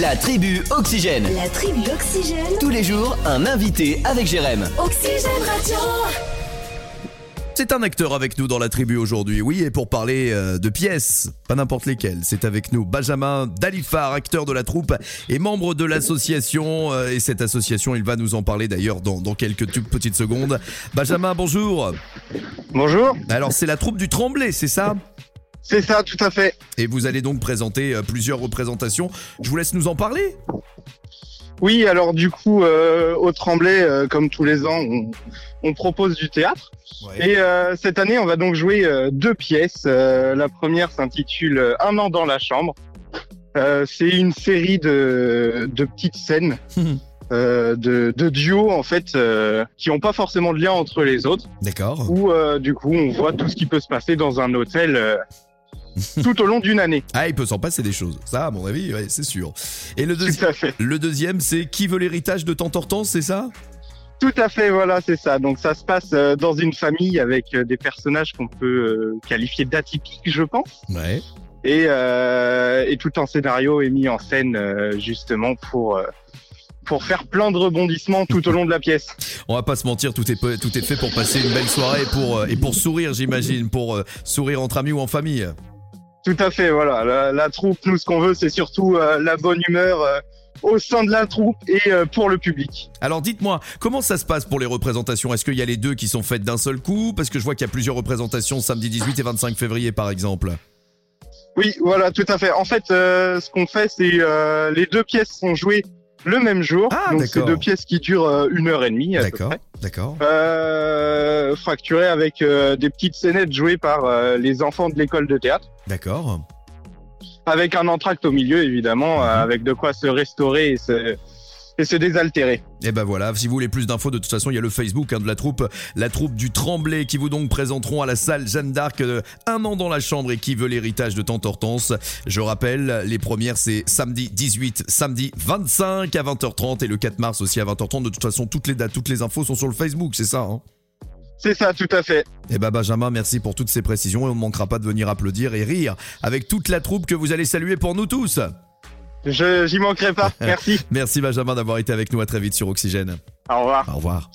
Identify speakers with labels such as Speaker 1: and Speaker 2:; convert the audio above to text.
Speaker 1: La tribu Oxygène.
Speaker 2: La tribu Oxygène.
Speaker 1: Tous les jours, un invité avec Jérém.
Speaker 2: Oxygène Radio.
Speaker 3: C'est un acteur avec nous dans la tribu aujourd'hui, oui, et pour parler euh, de pièces, pas n'importe lesquelles, c'est avec nous Benjamin Dalifar, acteur de la troupe et membre de l'association, euh, et cette association, il va nous en parler d'ailleurs dans, dans quelques toutes petites secondes. Benjamin, bonjour
Speaker 4: Bonjour,
Speaker 3: Alors c'est la troupe du Tremblay, c'est ça
Speaker 4: c'est ça, tout à fait.
Speaker 3: Et vous allez donc présenter euh, plusieurs représentations, je vous laisse nous en parler
Speaker 4: Oui, alors du coup, euh, au Tremblay, euh, comme tous les ans, on, on propose du théâtre. Et euh, cette année, on va donc jouer euh, deux pièces. Euh, la première s'intitule euh, Un an dans la chambre. Euh, c'est une série de, de petites scènes, euh, de, de duos en fait, euh, qui n'ont pas forcément de lien entre les autres.
Speaker 3: D'accord.
Speaker 4: Où euh, du coup, on voit tout ce qui peut se passer dans un hôtel euh, tout au long d'une année.
Speaker 3: Ah, il peut s'en passer des choses, ça à mon avis, ouais, c'est sûr. Et le, deuxi-
Speaker 4: Tout à fait.
Speaker 3: le deuxième, c'est Qui veut l'héritage de tant Hortense, c'est ça
Speaker 4: Tout à fait, voilà, c'est ça. Donc ça se passe euh, dans une famille avec euh, des personnages qu'on peut euh, qualifier d'atypiques, je pense.
Speaker 3: Ouais.
Speaker 4: Et, euh, et tout un scénario est mis en scène euh, justement pour euh, pour faire plein de rebondissements tout au long de la pièce.
Speaker 3: On va pas se mentir, tout est, pe- tout est fait pour passer une belle soirée et pour, euh, et pour sourire, j'imagine, pour euh, sourire entre amis ou en famille.
Speaker 4: Tout à fait, voilà. La, la troupe, nous, ce qu'on veut, c'est surtout euh, la bonne humeur euh, au sein de la troupe et euh, pour le public.
Speaker 3: Alors dites-moi, comment ça se passe pour les représentations Est-ce qu'il y a les deux qui sont faites d'un seul coup Parce que je vois qu'il y a plusieurs représentations samedi 18 et 25 février par exemple.
Speaker 4: Oui, voilà, tout à fait. En fait, euh, ce qu'on fait, c'est euh, les deux pièces sont jouées le même jour.
Speaker 3: Ah,
Speaker 4: donc c'est
Speaker 3: d'accord.
Speaker 4: deux pièces qui durent euh, une heure et demie. à peu
Speaker 3: D'accord, d'accord.
Speaker 4: euh, fracturé avec euh, des petites scénettes jouées par euh, les enfants de l'école de théâtre,
Speaker 3: D'accord.
Speaker 4: avec un entracte au milieu évidemment, euh, avec de quoi se restaurer et se, et se désaltérer.
Speaker 3: Et ben voilà, si vous voulez plus d'infos, de toute façon, il y a le Facebook hein, de la troupe, la troupe du Tremblay, qui vous donc présenteront à la salle Jeanne d'Arc euh, un an dans la chambre et qui veut l'héritage de Tante Hortense. Je rappelle, les premières, c'est samedi 18, samedi 25 à 20h30 et le 4 mars aussi à 20h30. De toute façon, toutes les dates, toutes les infos sont sur le Facebook, c'est ça. Hein
Speaker 4: C'est ça, tout à fait.
Speaker 3: et ben Benjamin, merci pour toutes ces précisions et on ne manquera pas de venir applaudir et rire avec toute la troupe que vous allez saluer pour nous tous.
Speaker 4: Je, j'y manquerai pas. Merci.
Speaker 3: Merci Benjamin d'avoir été avec nous. À très vite sur Oxygène.
Speaker 4: Au revoir.
Speaker 3: Au revoir.